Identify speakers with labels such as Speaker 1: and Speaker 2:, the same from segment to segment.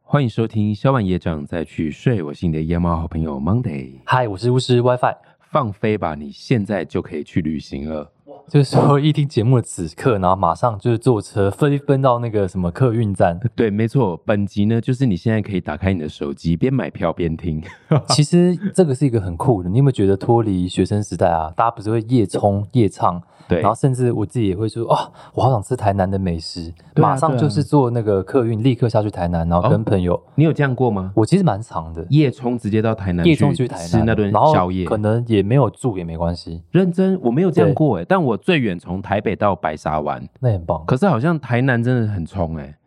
Speaker 1: 欢迎收听小晚夜长再去睡，我是你的夜猫好朋友 Monday。
Speaker 2: 嗨，我是巫师 WiFi。
Speaker 1: 放飞吧，你现在就可以去旅行了。
Speaker 2: 就是说，一听节目的此刻，然后马上就是坐车飞奔到那个什么客 运站。
Speaker 1: 对，没错，本集呢就是你现在可以打开你的手机，边买票边 听。
Speaker 2: 其实这个是一个很酷的，你有没有觉得脱离学生时代啊？大家不是会夜冲夜唱，
Speaker 1: 对
Speaker 2: 然，后甚至我自己也会说，哦，我好想吃台南的美食，
Speaker 1: 对啊哦
Speaker 2: 马上就是坐那个客运，立刻下去台南，然后跟朋友。
Speaker 1: 你有这样过吗？
Speaker 2: 我其实蛮长的，
Speaker 1: 夜冲直接到台南
Speaker 2: 夜冲去台南
Speaker 1: 吃那顿
Speaker 2: 然后
Speaker 1: 宵夜，
Speaker 2: 可能也没有住也没关系，
Speaker 1: 认真我没有这样过哎，但我最远从台北到白沙湾，
Speaker 2: 那也很棒。
Speaker 1: 可是好像台南真的很冲哎。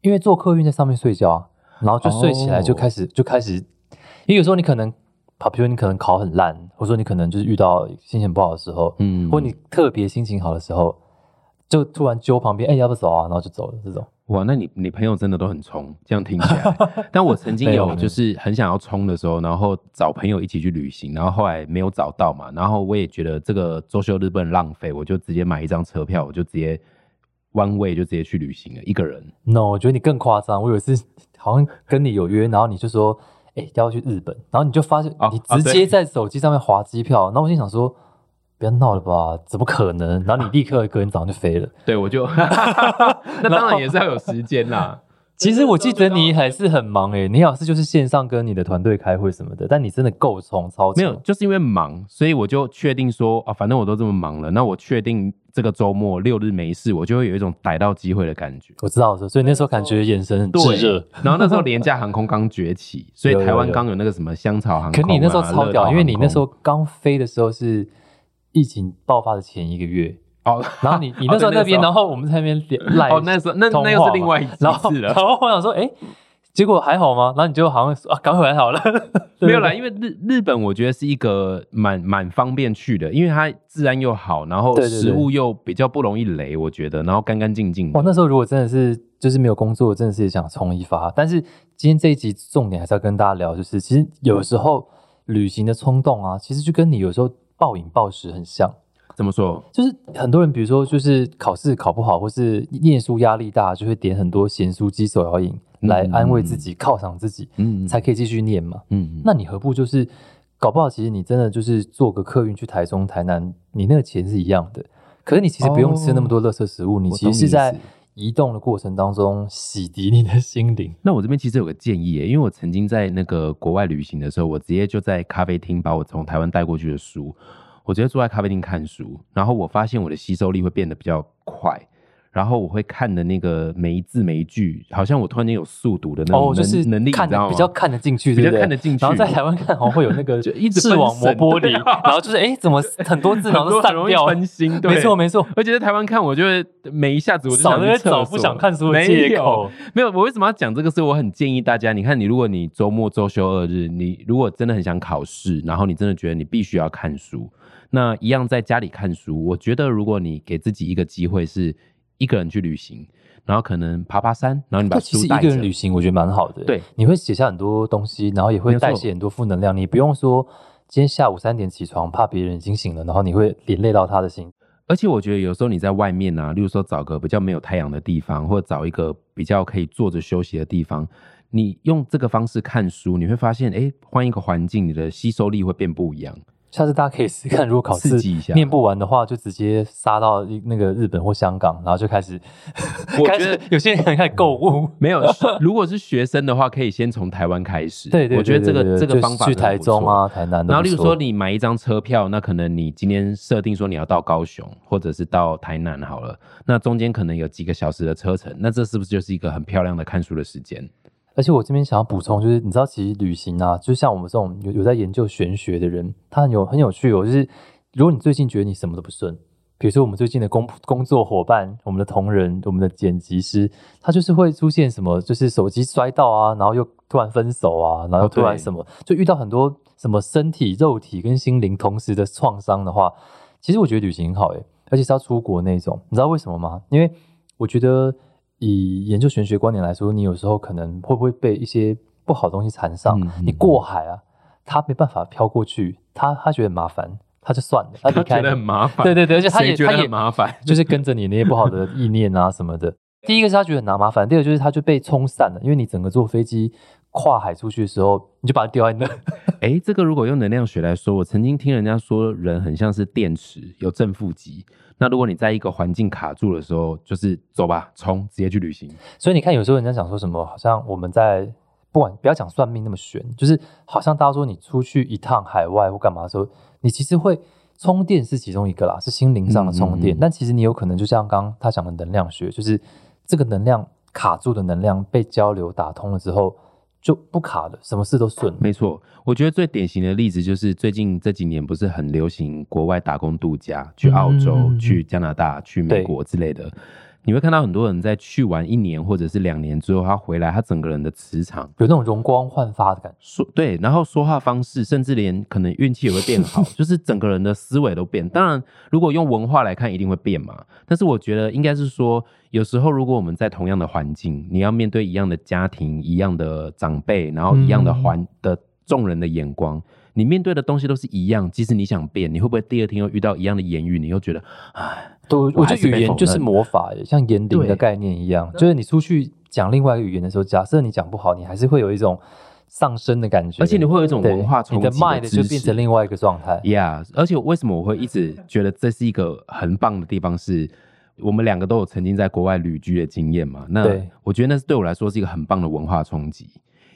Speaker 2: 因为坐客运在上面睡觉啊，然后就睡起来
Speaker 1: 哦
Speaker 2: 就开始、就开始，因为有时候你可能，好，比如你可能考很烂，或者说你可能就是遇到心情不好的时候，
Speaker 1: 嗯
Speaker 2: 或你特别心情好的时候，就突然揪旁边，哎、要不走啊，然后就走了这种。
Speaker 1: 哇，那你你朋友真的都很冲，这样听起 来。但我曾经
Speaker 2: 没有
Speaker 1: 有
Speaker 2: 没有
Speaker 1: 就是很想要冲的时候，然后找朋友一起去旅行，然后后来没有找到嘛，然后我也觉得这个周休日不能浪费，我就直接买一张车票，我就直接 one way 就直接去旅行了，一个人。
Speaker 2: No，我觉得你更夸张，我有一次好像跟你有约，然后你就说，哎、要去日本，然后你就发现
Speaker 1: 哦
Speaker 2: 你
Speaker 1: 啊
Speaker 2: 直
Speaker 1: 对
Speaker 2: 接在手机上面划机票，然后我心想说。不要闹了吧？怎么可能？然后你立刻隔天早上就飞了。
Speaker 1: 对，我 就那当然也是要有时间啦。
Speaker 2: 其实我记得你还是很忙诶、你好像是就是线上跟你的团队开会什么的，但你真的够冲超
Speaker 1: 没有，就是因为忙，所以我就确定说啊，反正我都这么忙了，那我确定这个周末六日没事，我就会有一种逮到机会的感觉。
Speaker 2: 我知道，所以那时候感觉眼神很炙 热。
Speaker 1: 然后那时候廉价航空刚崛起，所以
Speaker 2: 有有
Speaker 1: 台湾
Speaker 2: 有
Speaker 1: 刚有那个什么香草航
Speaker 2: 可
Speaker 1: 空、啊。
Speaker 2: 你那时候超
Speaker 1: 乐岛
Speaker 2: 屌，
Speaker 1: 航
Speaker 2: 因为你那时候
Speaker 1: 空
Speaker 2: 刚飞的时候是疫情爆发的前一个月，
Speaker 1: 哦，
Speaker 2: 然后你你那时
Speaker 1: 哦对
Speaker 2: 候
Speaker 1: 那
Speaker 2: 那边，
Speaker 1: 时候
Speaker 2: 然后我们在那边赖
Speaker 1: 哦那时候那
Speaker 2: 通话
Speaker 1: 那
Speaker 2: 嘛
Speaker 1: 个是另外一
Speaker 2: 然后
Speaker 1: 集次
Speaker 2: 然
Speaker 1: 了，
Speaker 2: 后我想说，哎、结果还好吗？然后你就好像说啊，赶回来好了，
Speaker 1: 没有啦，因为日日本我觉得是一个蛮蛮方便去的，因为它治安又好，然后
Speaker 2: 对对对
Speaker 1: 食物又比较不容易雷，我觉得，然后干干净净
Speaker 2: 哇，
Speaker 1: 的。
Speaker 2: 那时候如果真的是就是没有工作，真的是想冲一发。但是今天这一集重点还是要跟大家聊，就是其实有时候旅行的冲动啊，其实就跟你有时候暴饮暴食很像。
Speaker 1: 怎么说？
Speaker 2: 就是很多人，比如说就是考试考不好，或是念书压力大，就会点很多咸酥鸡、手摇饮来安慰自己、犒赏自己，
Speaker 1: 嗯
Speaker 2: 才可以继续念嘛。
Speaker 1: 嗯，
Speaker 2: 那你何不就是搞不好，其实你真的就是坐个客运去台中、台南，你那个钱是一样的，可是你其实不用吃那么多垃圾食物，你
Speaker 1: 哦我
Speaker 2: 其实
Speaker 1: 懂你
Speaker 2: 是在
Speaker 1: 意思
Speaker 2: 移动的过程当中洗涤你的心灵。
Speaker 1: 那我这边其实有个建议耶，因为我曾经在那个国外旅行的时候，我直接就在咖啡厅把我从台湾带过去的书，我直接坐在咖啡厅看书，然后我发现我的吸收力会变得比较快，然后我会看的那个每一字每一句，好像我突然间有速读的那种能、
Speaker 2: 哦，就是
Speaker 1: 能力，你
Speaker 2: 看
Speaker 1: 知道
Speaker 2: 得
Speaker 1: 吗？
Speaker 2: 比较看得进去，
Speaker 1: 比较
Speaker 2: 对不对
Speaker 1: 看得进去
Speaker 2: 然后在台湾看好像会有那个
Speaker 1: 就一直
Speaker 2: 视
Speaker 1: 分
Speaker 2: 网膜
Speaker 1: 神
Speaker 2: 剥离，
Speaker 1: 对啊
Speaker 2: 然后就是哎，怎么很多字然 后
Speaker 1: 很多
Speaker 2: 都
Speaker 1: 很
Speaker 2: 散
Speaker 1: 容易
Speaker 2: 掉了？
Speaker 1: 分心，对，
Speaker 2: 没错没错，
Speaker 1: 而且在台湾看，我就会每一下子我就
Speaker 2: 少
Speaker 1: 想
Speaker 2: 了
Speaker 1: 去
Speaker 2: 那
Speaker 1: 厕
Speaker 2: 找不
Speaker 1: 所
Speaker 2: 想看书的
Speaker 1: 没
Speaker 2: 借
Speaker 1: 有
Speaker 2: 口。
Speaker 1: 没有，我为什么要讲这个？是我很建议大家，你看，你如果你周末、周休二日，你如果真的很想考试，然后你真的觉得你必须要看书，那一样在家里看书。我觉得，如果你给自己一个机会，是一个人去旅行，然后可能爬爬山，然后你把
Speaker 2: 那其
Speaker 1: 书
Speaker 2: 实一
Speaker 1: 带
Speaker 2: 个人旅
Speaker 1: 着。
Speaker 2: 行，我觉得蛮好的。
Speaker 1: 对，
Speaker 2: 你会写下很多东西，然后也
Speaker 1: 没
Speaker 2: 会
Speaker 1: 错
Speaker 2: 代谢很多负能量。你不用说今天下午三点起床，怕别人已经醒了，然后你会连累到他的心。
Speaker 1: 而且我觉得有时候你在外面啊，例如说找个比较没有太阳的地方，或者找一个比较可以坐着休息的地方，你用这个方式看书，你会发现，哎，换一个环境，你的吸收力会变不一样。
Speaker 2: 下次大家可以试看，如果考
Speaker 1: 刺激一下
Speaker 2: 试念不完的话，就直接杀到那个日本或香港，然后就开始，
Speaker 1: 我觉得
Speaker 2: 开始有些人开始购物。
Speaker 1: 没有，如果是学生的话，可以先从台湾开始。
Speaker 2: 对对对
Speaker 1: 我觉得这
Speaker 2: 对
Speaker 1: 个
Speaker 2: 对
Speaker 1: 这个
Speaker 2: 就是
Speaker 1: 方法
Speaker 2: 去
Speaker 1: 很不错
Speaker 2: 台中。啊、台南都不错，
Speaker 1: 然后，例如说你买一张车票，那可能你今天设定说你要到高雄，或者是到台南好了，那中间可能有几个小时的车程，那这是不是就是一个很漂亮的看书的时间？
Speaker 2: 而且我这边想要补充，就是你知道，其实旅行啊，就像我们这种有有在研究玄学的人，他很有很有趣哦。就是如果你最近觉得你什么都不顺，比如说我们最近的工工作伙伴、我们的同仁、我们的剪辑师，他就是会出现什么，就是手机摔到啊，然后又突然分手啊，然后又
Speaker 1: 哦对
Speaker 2: 突然什么，就遇到很多什么身体、肉体跟心灵同时的创伤的话，其实我觉得旅行很好诶，而且是要出国那种，你知道为什么吗？因为我觉得以研究玄学观点来说，你有时候可能会不会被一些不好的东西缠上？
Speaker 1: 嗯嗯
Speaker 2: 你过海啊，他没办法飘过去，他他觉得很麻烦，他就算了，他离
Speaker 1: 他
Speaker 2: 开
Speaker 1: 觉得很
Speaker 2: 你。
Speaker 1: 麻烦，
Speaker 2: 对对对，而且他
Speaker 1: 谁
Speaker 2: 也
Speaker 1: 觉
Speaker 2: 他
Speaker 1: 得
Speaker 2: 也
Speaker 1: 很麻烦？
Speaker 2: 就是跟着你那些不好的意念啊什么的。第一个是他觉得很拿麻烦，第二个就是他就被冲散了，因为你整个坐飞机跨海出去的时候，你就把它丢在那。
Speaker 1: 哎，这个如果用能量学来说，我曾经听人家说，人很像是电池，有正负极。那如果你在一个环境卡住的时候，就是走吧，冲，直接去旅行。
Speaker 2: 所以你看，有时候人家讲说什么，好像我们在不管不要讲算命那么玄，就是好像大家说你出去一趟海外或干嘛的时候，你其实会充电是其中一个啦，是心灵上的充
Speaker 1: 嗯
Speaker 2: 电。
Speaker 1: 嗯嗯
Speaker 2: 但其实你有可能就像刚刚他讲的能量学，就是这个能量卡住的能量被交流打通了之后就不卡了，什么事都顺了。
Speaker 1: 没错，我觉得最典型的例子就是最近这几年不是很流行国外打工度假，去澳洲、
Speaker 2: 嗯嗯嗯
Speaker 1: 去加拿大、去美
Speaker 2: 对
Speaker 1: 国之类的。你会看到很多人在去完一年或者是两年之后，他回来，他整个人的磁场
Speaker 2: 有那种容光焕发的感觉，
Speaker 1: 说对，然后说话方式，甚至连可能运气也会变好，就是整个人的思维都变。当然，如果用文化来看，一定会变嘛。但是我觉得应该是说，有时候如果我们在同样的环境，你要面对一样的家庭、一样的长辈，然后一样的环、的众人的眼光，你面对的东西都是一样。即使你想变，你会不会第二天又遇到一样的言语，你又觉得，唉，
Speaker 2: 对，我
Speaker 1: 我还
Speaker 2: 觉得
Speaker 1: 是
Speaker 2: 语
Speaker 1: 被
Speaker 2: 言
Speaker 1: 否
Speaker 2: 就是
Speaker 1: 认
Speaker 2: 魔法耶，像言灵
Speaker 1: 对
Speaker 2: 的概念一样，就是你出去讲另外一个语言的时候，假设你讲不好，你还是会有一种上升的感觉，
Speaker 1: 而且你会有一种
Speaker 2: 对
Speaker 1: 文化冲
Speaker 2: 你
Speaker 1: 击
Speaker 2: 的 mind 就
Speaker 1: 知
Speaker 2: 变
Speaker 1: 识
Speaker 2: 成另外一个状态。
Speaker 1: Yeah，而且为什么我会一直觉得这是一个很棒的地方是？我们两个都有曾经在国外旅居的经验嘛？那
Speaker 2: 对
Speaker 1: 我觉得那是对我来说是一个很棒的文化冲击，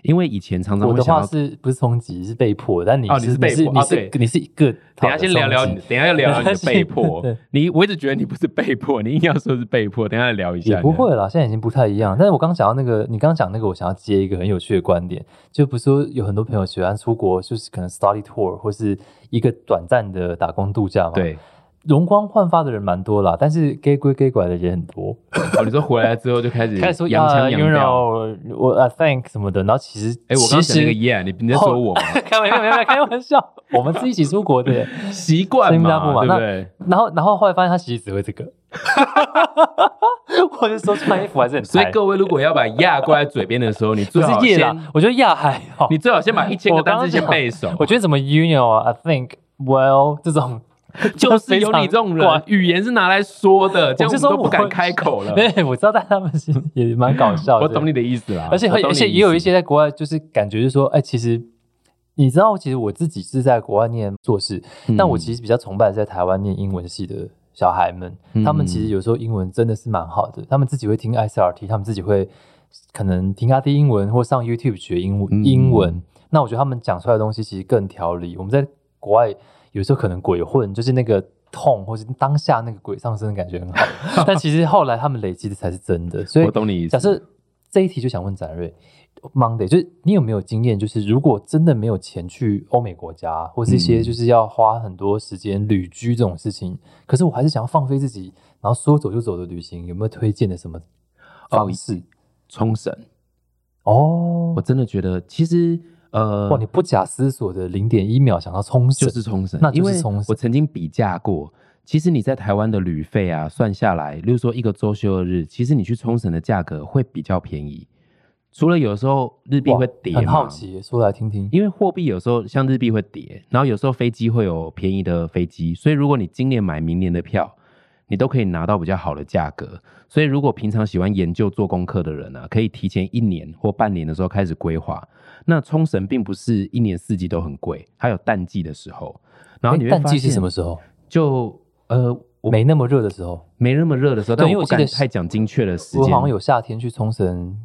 Speaker 1: 因为以前常常
Speaker 2: 我
Speaker 1: 会
Speaker 2: 的
Speaker 1: 想
Speaker 2: 话
Speaker 1: 要。
Speaker 2: 是不是冲击是被迫的？但你
Speaker 1: 哦
Speaker 2: 是
Speaker 1: 你是被迫
Speaker 2: 你
Speaker 1: 啊
Speaker 2: 是
Speaker 1: 对
Speaker 2: 你是一个。
Speaker 1: 等一下先聊聊你，
Speaker 2: 你，
Speaker 1: 等一下要聊聊你的被迫
Speaker 2: 对。
Speaker 1: 你我一直觉得你不是被迫，你硬要说是被迫。等一下再聊一下。
Speaker 2: 也不会啦，现在已经不太一样。但是我刚讲到那个，你刚讲那个，我想要接一个很有趣的观点，就不是说有很多朋友喜欢出国，就是可能 study tour 或是一个短暂的打工度假嘛。，
Speaker 1: 对。
Speaker 2: 容光焕发的人蛮多啦，但是 gay 归 gay 拐的也很多。
Speaker 1: 哦，你说回来之后就开始
Speaker 2: 开始说
Speaker 1: 洋
Speaker 2: 啊
Speaker 1: 腔
Speaker 2: ，you
Speaker 1: 洋调。
Speaker 2: know，我 I think 什么的，然后其实
Speaker 1: 哎，我刚刚
Speaker 2: 其
Speaker 1: 讲那个
Speaker 2: 实
Speaker 1: yeah，你你在说我吗？
Speaker 2: 开玩笑，没有没有开玩笑，我们是一起出国的 耶。
Speaker 1: 习惯
Speaker 2: 新加坡嘛
Speaker 1: 嘛，对不
Speaker 2: 那
Speaker 1: 对？
Speaker 2: 然后然后后来发现他其实只会这个， 我就说穿衣服还是很
Speaker 1: 所以
Speaker 2: 台
Speaker 1: 各位如果要把 yeah 挂在嘴边的时候，你
Speaker 2: 不
Speaker 1: 最
Speaker 2: 是
Speaker 1: 好
Speaker 2: 夜
Speaker 1: 先
Speaker 2: 啦，我觉得亚还好。
Speaker 1: 你最好先把一千
Speaker 2: 我
Speaker 1: 个
Speaker 2: 刚
Speaker 1: 单
Speaker 2: 刚
Speaker 1: 词先
Speaker 2: 讲
Speaker 1: 背熟。
Speaker 2: 我觉得怎么 you know I think well 这种
Speaker 1: 就是有你这种
Speaker 2: 非常
Speaker 1: 人，语言是拿来说的，这样
Speaker 2: 就
Speaker 1: 我
Speaker 2: 说
Speaker 1: 们都
Speaker 2: 我
Speaker 1: 不敢开口 了。
Speaker 2: 对， 我知道在他们心里也蛮搞笑的。
Speaker 1: 嗯我懂你的意思啦，
Speaker 2: 而且
Speaker 1: 啊我懂
Speaker 2: 而且
Speaker 1: 你的意思
Speaker 2: 也有一些在国外，就是感觉就是说，哎，其实你知道，其实我自己是在国外念硕士，
Speaker 1: 嗯
Speaker 2: 但我其实比较崇拜在台湾念英文系的小孩们，
Speaker 1: 嗯
Speaker 2: 他们其实有时候英文真的是蛮好的，他们自己会听 SRT，他们自己会可能听阿弟英文或上 YouTube 学英文、
Speaker 1: 嗯
Speaker 2: 英文。那我觉得他们讲出来的东西其实更条理。我们在国外有时候可能鬼混，就是那个。痛，或是当下那个鬼上身的感觉很 好，但其实后来他们累积的才是真的。所以
Speaker 1: 我懂你意思。
Speaker 2: 假设这一题就想问展瑞，Monday，就是你有没有经验？就是如果真的没有钱去欧美国家，或是一些
Speaker 1: 嗯
Speaker 2: 就是要花很多时间旅居这种事情，可是我还是想要放飞自己，然后说走就走的旅行，有没有推荐的什么方式？
Speaker 1: 冲绳，
Speaker 2: 哦
Speaker 1: 我，真的觉得其实呃
Speaker 2: 哇，，你不假思索的零点一秒想到冲绳，
Speaker 1: 就是冲绳，
Speaker 2: 那就是
Speaker 1: 因为
Speaker 2: 冲绳
Speaker 1: 我曾经比价过，其实你在台湾的旅费啊，算下来，例如说一个周休二日，其实你去冲绳的价格会比较便宜。除了有时候日币
Speaker 2: 哇
Speaker 1: 会跌嘛，
Speaker 2: 很好奇，说来听听。
Speaker 1: 因为货币有时候像日币会跌，然后有时候飞机会有便宜的飞机，所以如果你今年买明年的票，你都可以拿到比较好的价格。所以如果平常喜欢研究做功课的人啊，可以提前一年或半年的时候开始规划。那冲绳并不是一年四季都很贵，它有淡季的时候。然后你
Speaker 2: 诶
Speaker 1: 会
Speaker 2: 淡
Speaker 1: 发
Speaker 2: 季是
Speaker 1: 现
Speaker 2: 什么时候？
Speaker 1: 就呃
Speaker 2: 没那么热的时候，
Speaker 1: 没那么热的时候，
Speaker 2: 对
Speaker 1: 但
Speaker 2: 因为
Speaker 1: 我
Speaker 2: 我
Speaker 1: 不
Speaker 2: 记得
Speaker 1: 敢
Speaker 2: 是
Speaker 1: 太讲精确的时
Speaker 2: 我
Speaker 1: 间。
Speaker 2: 好像有夏天去冲绳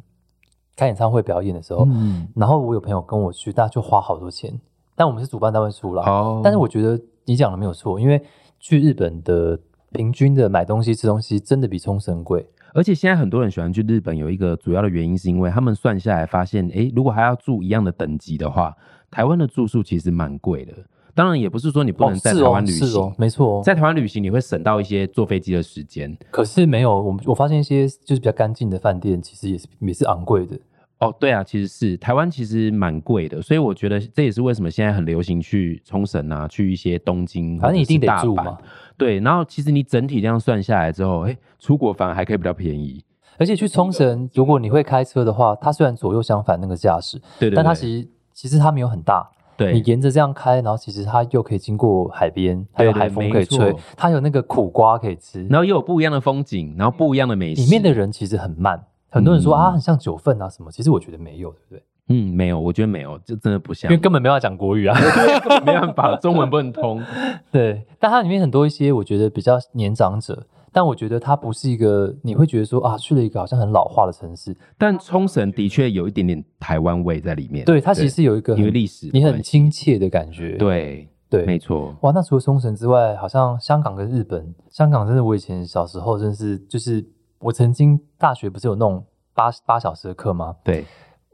Speaker 2: 开演唱会表演的时候，
Speaker 1: 嗯
Speaker 2: 然后我有朋友跟我去，大家就花好多钱，但我们是主办单位出了。
Speaker 1: 哦，
Speaker 2: 但是我觉得你讲的没有错，因为去日本的平均的买东西、吃东西真的比冲绳贵。
Speaker 1: 而且现在很多人喜欢去日本，有一个主要的原因是因为他们算下来发现，诶，如果还要住一样的等级的话，台湾的住宿其实蛮贵的。当然，也不是说你不能在
Speaker 2: 是
Speaker 1: 台
Speaker 2: 哦
Speaker 1: 湾，旅
Speaker 2: 是
Speaker 1: 行，
Speaker 2: 哦，没错哦。
Speaker 1: 在台湾旅行你会省到一些坐飞机的时间。
Speaker 2: 可是没有，我们我发现一些就是比较干净的饭店，其实也是也是昂贵的。
Speaker 1: 哦，对啊，其实是台湾其实蛮贵的，所以我觉得这也是为什么现在很流行去冲绳啊，去一些东京，
Speaker 2: 反正你一定得住嘛
Speaker 1: 嘛。。对，然后其实你整体这样算下来之后，诶，出国反而还可以比较便宜。
Speaker 2: 而且去冲绳，如果你会开车的话，它虽然左右相反那个驾驶，
Speaker 1: 对对对，
Speaker 2: 但它其实其实它没有很大，
Speaker 1: 对
Speaker 2: 你沿着这样开，然后其实它又可以经过海边，还有
Speaker 1: 对对
Speaker 2: 海风可以吹
Speaker 1: 没错，
Speaker 2: 它有那个苦瓜可以吃，
Speaker 1: 然后又有不一样的风景，然后不一样的美食。
Speaker 2: 里面的人其实很慢。很多人说、
Speaker 1: 嗯
Speaker 2: 啊，很像九份啊什么，其实我觉得没有，对不对？
Speaker 1: 嗯，没有，我觉得没有，就真的不像，
Speaker 2: 因为根本没有要讲 国语啊。
Speaker 1: 根本没办法，中文不能通。
Speaker 2: 对，但它里面很多一些我觉得比较年长者，但我觉得它不是一个你会觉得说啊，去了一个好像很老化的城市，
Speaker 1: 但冲绳的确有一点点台湾味在里面。
Speaker 2: 对，它其实有一个
Speaker 1: 因为
Speaker 2: 很
Speaker 1: 历史的
Speaker 2: 你很
Speaker 1: 关系
Speaker 2: 亲切的感觉。
Speaker 1: 对，
Speaker 2: 对，
Speaker 1: 没错。
Speaker 2: 哇，那除了冲绳之外，好像香港跟日本，香港真的我以前小时候真是就是我曾经大学不是有那种八八小时的课吗？
Speaker 1: 对，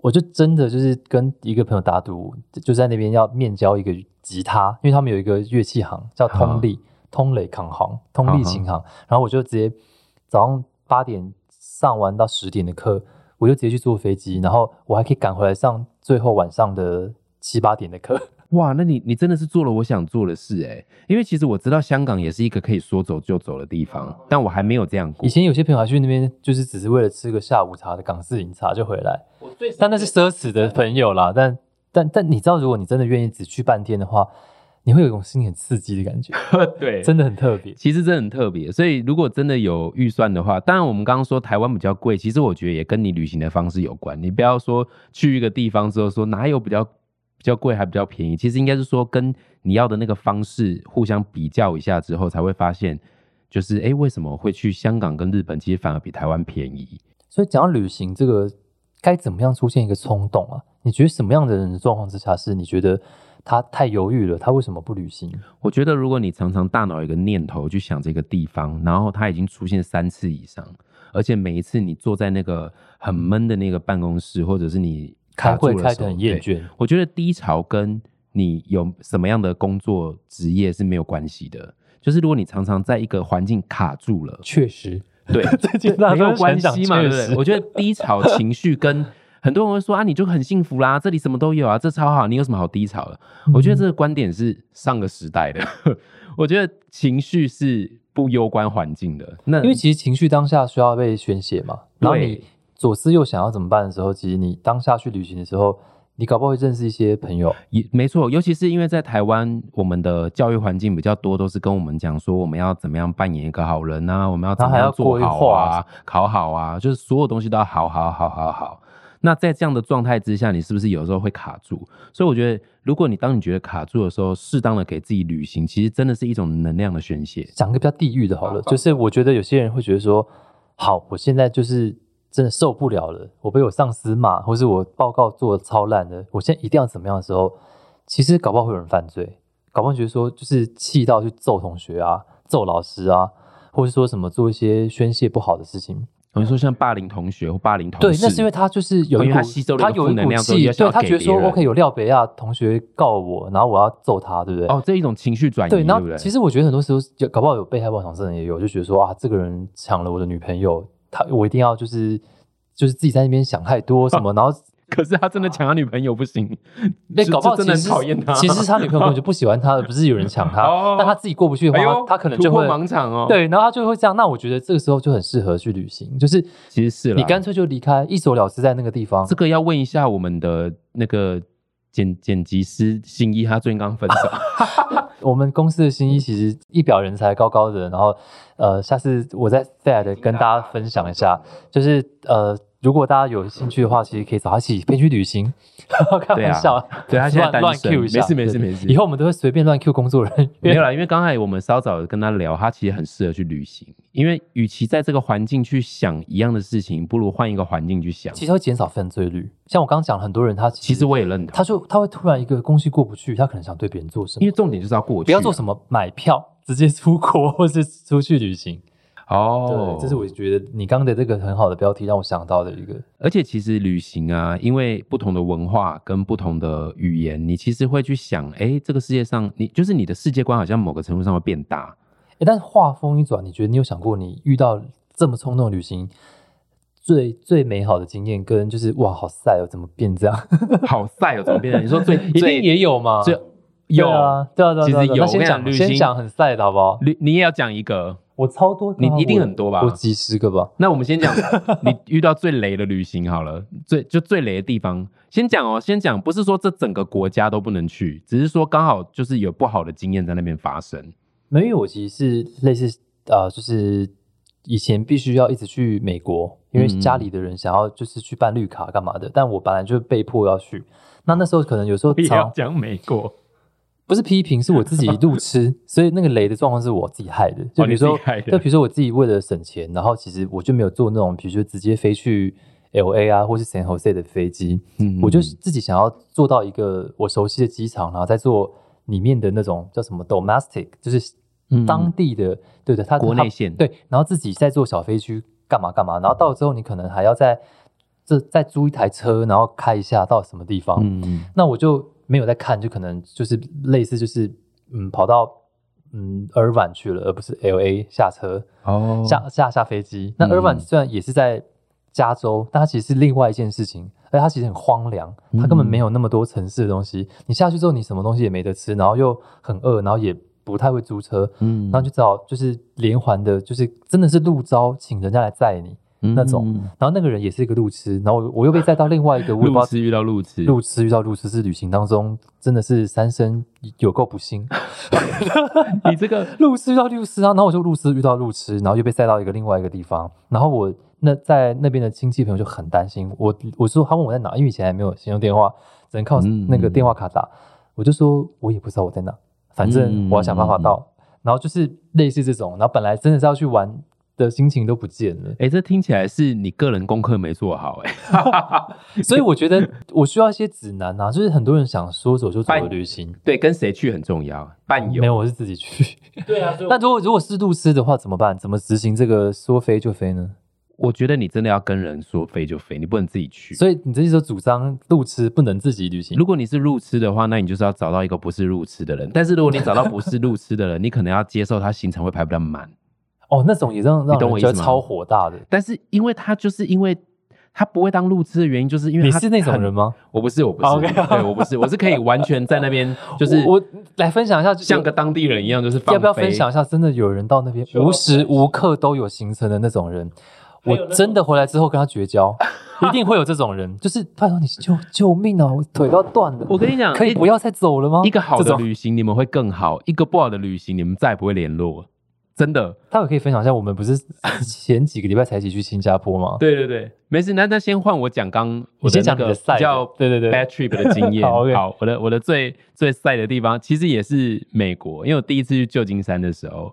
Speaker 2: 我就真的就是跟一个朋友打赌，就在那边要面交一个吉他，因为他们有一个乐器行叫通力、通磊港行、通力琴行，然后我就直接早上八点上完到十点的课，我就直接去坐飞机，然后我还可以赶回来上最后晚上的七八点的课。
Speaker 1: 哇，那你你真的是做了我想做的事哎、因为其实我知道香港也是一个可以说走就走的地方，但我还没有这样过
Speaker 2: 以。前有些朋友还去那边，就是只是为了吃个下午茶的港式饮茶就回来。但那是奢侈的朋友啦，但但但你知道，如果你真的愿意只去半天的话，你会有一种心里很刺激的感觉，
Speaker 1: 对
Speaker 2: 真的很特别。
Speaker 1: 其实真的很特别，所以如果真的有预算的话，当然我们刚刚说台湾比较贵，其实我觉得也跟你旅行的方式有关。你不要说去一个地方之后说哪有比较比较贵还比较便宜，其实应该是说跟你要的那个方式互相比较一下之后，才会发现就是诶为什么会去香港跟日本，其实反而比台湾便宜。
Speaker 2: 所以讲到旅行这个，该怎么样出现一个冲动啊？你觉得什么样的人的状况之下是你觉得他太犹豫了，他为什么不旅行？
Speaker 1: 我觉得如果你常常大脑有一个念头去想这个地方，然后它已经出现三次以上，而且每一次你坐在那个很闷的那个办公室，或者是你
Speaker 2: 开
Speaker 1: 卡住
Speaker 2: 会
Speaker 1: 的
Speaker 2: 开
Speaker 1: 时
Speaker 2: 得
Speaker 1: 候
Speaker 2: 很厌。
Speaker 1: 对
Speaker 2: 倦，
Speaker 1: 我觉得低潮跟你有什么样的工作职业是没有关系的。就是如果你常常在一个环境卡住 了，
Speaker 2: 确实，
Speaker 1: 对，
Speaker 2: 最 近大
Speaker 1: 没
Speaker 2: 家
Speaker 1: 有
Speaker 2: 都
Speaker 1: 关
Speaker 2: 在想
Speaker 1: 系嘛，对
Speaker 2: 确
Speaker 1: 不对？
Speaker 2: 实
Speaker 1: 我觉得低潮情绪跟很多人会说啊，你就很幸福啦，这里什么都有啊，这超好，你有什么好低潮的？
Speaker 2: 嗯
Speaker 1: 我觉得这个观点是上个时代的， 我觉得情绪是不攸关环境的。那
Speaker 2: 因为其实情绪当下需要被宣泄嘛， 然后你
Speaker 1: 对
Speaker 2: 左思右想要怎么办的时候，其实你当下去旅行的时候，你搞不好会认识一些朋友，
Speaker 1: 也没错，尤其是因为在台湾，我们的教育环境比较多，都是跟我们讲说我们要怎么样扮演一个好人啊，我们要怎么
Speaker 2: 然后还要
Speaker 1: 样做好
Speaker 2: 规
Speaker 1: 啊，考好啊，就是所有东西都要好好好好好。那在这样的状态之下，你是不是有时候会卡住？所以我觉得，如果你当你觉得卡住的时候，适当的给自己旅行，其实真的是一种能量的宣泄。
Speaker 2: 讲个比较地狱的好了，就是我觉得有些人会觉得说，好，我现在就是真的受不了了，我被我上司骂，或是我报告做的超烂的，我现在一定要怎么样的时候，其实搞不好会有人犯罪，搞不好觉得说就是气到去揍同学啊，揍老师啊，或是说什么做一些宣泄不好的事情，
Speaker 1: 我就说像霸凌同学或霸凌同
Speaker 2: 对
Speaker 1: 事，，
Speaker 2: 那是因为他就是有
Speaker 1: 哦因为
Speaker 2: 一股
Speaker 1: 他吸收了一个
Speaker 2: 有
Speaker 1: 负
Speaker 2: 一
Speaker 1: 能
Speaker 2: 股
Speaker 1: 量之后
Speaker 2: 气
Speaker 1: 也，想
Speaker 2: 对
Speaker 1: 要
Speaker 2: 他
Speaker 1: 给
Speaker 2: 觉得说
Speaker 1: 别人
Speaker 2: OK 有廖北亚同学告我，然后我要揍他，对不对？
Speaker 1: 哦，这一种情绪转移，
Speaker 2: 对，
Speaker 1: 对
Speaker 2: 然
Speaker 1: 不
Speaker 2: 后
Speaker 1: 对？
Speaker 2: 其实我觉得很多时候有搞不好有被害妄想症的也有，就觉得说啊，这个人抢了我的女朋友，他我一定要就是就是自己在那边想太多 什么，然后
Speaker 1: 可是他真的抢他女朋友不行，
Speaker 2: 那
Speaker 1: 这
Speaker 2: 搞不好
Speaker 1: 这
Speaker 2: 其
Speaker 1: 真的
Speaker 2: 实
Speaker 1: 很讨厌他。
Speaker 2: 其实是他女朋友根本就不喜欢他，不是有人抢他
Speaker 1: 哦，
Speaker 2: 但他自己过不去的
Speaker 1: 哎
Speaker 2: 话，
Speaker 1: 呦
Speaker 2: 他可能
Speaker 1: 突
Speaker 2: 就
Speaker 1: 破
Speaker 2: 会
Speaker 1: 盲场哦。，
Speaker 2: 对，然后他就会这样。那我觉得这个时候就很适合去旅行，就是
Speaker 1: 其实是啦
Speaker 2: 你干脆就离开，一走了之，在那个地方
Speaker 1: 这。个要问一下我们的那个剪剪辑师新一，他最近刚分 手。
Speaker 2: 我们公司的新一其实一表人才，高高的。然后，呃，下次我再再来跟大家分享一下，就是呃，如果大家有兴趣的话，其实可以找他一起边去旅行。 开玩笑，
Speaker 1: 啊对他现在
Speaker 2: 乱乱
Speaker 1: 单身
Speaker 2: Q 一下，
Speaker 1: 没事没事
Speaker 2: 对
Speaker 1: 没事
Speaker 2: 以后我们都会随便乱 Q 工作人
Speaker 1: 没
Speaker 2: 员
Speaker 1: 有。啦，因为刚才我们稍早跟他聊，他其实很适合去旅行，因为与其在这个环境去想一样的事情，不如换一个环境去想。
Speaker 2: 其实会减少犯罪率。像我刚刚讲，很多人他
Speaker 1: 其
Speaker 2: 其
Speaker 1: 实
Speaker 2: 实
Speaker 1: 我也认同，
Speaker 2: 他就他会突然一个东西过不去，他可能想对别人做什
Speaker 1: 因
Speaker 2: 么
Speaker 1: 为，重点就是要过去，啊
Speaker 2: 不要做什么买票直接出国或是出去旅行。
Speaker 1: 么哦
Speaker 2: 对，。这是我觉得你刚刚的这个很好的标题让我想到的一个。
Speaker 1: 而且其实旅行啊，因为不同的文化跟不同的语言，你其实会去想，哎，这个世界上，你就是你的世界观好像某个程度上会变大。
Speaker 2: 诶但话锋一转，你觉得你有想过，你遇到这么冲动的旅行，最最美好的经验跟就是哇，好晒哦，怎么变这样？
Speaker 1: 好晒哦，怎么变成？你说 最
Speaker 2: 一
Speaker 1: 最
Speaker 2: 定也有嘛？
Speaker 1: 最有呃
Speaker 2: 对啊，对啊，对啊，
Speaker 1: 其实
Speaker 2: 对啊对啊
Speaker 1: 有
Speaker 2: 那
Speaker 1: 我
Speaker 2: 先
Speaker 1: 跟你讲
Speaker 2: 讲，
Speaker 1: 旅行
Speaker 2: 先讲很晒的好不好？
Speaker 1: 你你也要讲一个，
Speaker 2: 我超多，
Speaker 1: 你一定很多吧
Speaker 2: 我几十个吧。
Speaker 1: 那我们先 讲你遇到最雷的旅行好了，最就最雷的地方，先讲哦，先讲，不是说这整个国家都不能去，只是说刚好就是有不好的经验在那边发生。
Speaker 2: 没有，因为我其实是类似呃，就是以前必须要一直去美国，因为
Speaker 1: 嗯嗯
Speaker 2: 家里的人想要就是去办绿卡干嘛的，但我本来就被迫要去。那那时候可能有时候常
Speaker 1: 讲美国，
Speaker 2: 不是批评，是我自己路痴，所以那个雷的状况是我自己害的。就比如
Speaker 1: 哦你自己
Speaker 2: 说，
Speaker 1: 害的
Speaker 2: 就比如说我自己为了省钱，然后其实我就没有坐那种，比如说直接飞去 L A 啊，或是 San Jose 的飞机，
Speaker 1: 嗯
Speaker 2: 我就是自己想要做到一个我熟悉的机场，然后再做里面的那种叫什么 domestic，就是
Speaker 1: 嗯
Speaker 2: 当地的，对的，它
Speaker 1: 国内线
Speaker 2: 它对，然后自己再坐小飞机干嘛干嘛，然后到了之后你可能还要再这再租一台车，然后开一下到什么地方，
Speaker 1: 嗯，
Speaker 2: 那我就没有在看，就可能就是类似就是嗯跑到嗯尔湾去了，而不是 L A 下车
Speaker 1: 哦
Speaker 2: 下下下飞机。那
Speaker 1: 嗯
Speaker 2: 尔湾虽然也是在加州，但它其实是另外一件事情，而且它其实很荒凉，它根本
Speaker 1: 嗯
Speaker 2: 没有那么多城市的东西。你下去之后，你什么东西也没得吃，然后又很饿，然后也不太会租车，
Speaker 1: 嗯
Speaker 2: 然后就只好就是连环的，就是真的是路招，请人家来载你。
Speaker 1: 嗯
Speaker 2: 那种然后那个人也是一个路痴，然后我我又被载到另外一个，我也不知
Speaker 1: 路
Speaker 2: 道
Speaker 1: 痴遇到路痴，
Speaker 2: 路痴遇到路痴是旅行当中真的是三生有够不幸，
Speaker 1: 你这个
Speaker 2: 路痴遇到路痴啊，然后我就路痴遇到路痴，然后又被塞到一个另外一个地方，然后我那在那边的亲戚朋友就很担心我，我说他问我在哪，因为以前还没有行动电话，只能靠
Speaker 1: 嗯
Speaker 2: 那个电话卡打，我就说我也不知道我在哪，反
Speaker 1: 嗯
Speaker 2: 正我要想办法到，然后就是类似这种，然后本来真的是要去玩的心情都不见了。
Speaker 1: 哎、这听起来是你个人功课没做好、哎诶
Speaker 2: 所以我觉得我需要一些指南啊，就是很多人想说走就走的
Speaker 1: 伴
Speaker 2: 旅行，
Speaker 1: 对，跟谁去很重要，伴
Speaker 2: 哦
Speaker 1: 游。
Speaker 2: 没有我是自己去。
Speaker 1: 对啊，
Speaker 2: 那如果如果是路痴的话怎么办？怎么执行这个说飞就飞呢？
Speaker 1: 我觉得你真的要跟人说飞就飞，你不能自己去。
Speaker 2: 所以你这就是主张路痴不能自己旅行
Speaker 1: 如。果你是路痴的话，那你就是要找到一个不是路痴的人。但是如果你找到不是路痴的人，你可能要接受他行程会排不到满。
Speaker 2: 哦，那种也让让
Speaker 1: 你懂我
Speaker 2: 人
Speaker 1: 意
Speaker 2: 觉
Speaker 1: 思吗
Speaker 2: 得超火大的。
Speaker 1: 但是因为他就是因为他不会当路痴的原因，就是因为
Speaker 2: 你
Speaker 1: 他
Speaker 2: 是那种
Speaker 1: 很
Speaker 2: 人，吗？哦
Speaker 1: 我不是，我不是
Speaker 2: OK
Speaker 1: 对我不是，我是可以完全在那边就
Speaker 2: 就是我我来分享一下，就是
Speaker 1: 像个当地人一样，就是放
Speaker 2: 要不要
Speaker 1: 飞
Speaker 2: 分享？一下？真的有人到那边
Speaker 3: 要
Speaker 2: 无时无刻都有行程的那种人，我真的回来之后跟他绝交，一定会有这种人。就是拜托你救救命啊！我腿都要断了，
Speaker 1: 我跟你讲，
Speaker 2: 可以
Speaker 1: 一
Speaker 2: 不要再走了吗？
Speaker 1: 一个好
Speaker 2: 这
Speaker 1: 的
Speaker 2: 种
Speaker 1: 旅行，你们会更好；一个不好的旅行，你们再也不会联络。真的，
Speaker 2: 待会可以分享一下，我们 不是前几个礼拜才一起去新加坡吗？
Speaker 1: 对对对，没事。那那先换我讲刚我
Speaker 2: 你先
Speaker 1: 那
Speaker 2: 讲你
Speaker 1: 个
Speaker 2: 的赛
Speaker 1: 比较
Speaker 2: 的，对对对
Speaker 1: bad trip 的经验。
Speaker 2: 好，OK
Speaker 1: 我的我的最最晒的地方，其实也是美国，因为我第一次去旧金山的时候，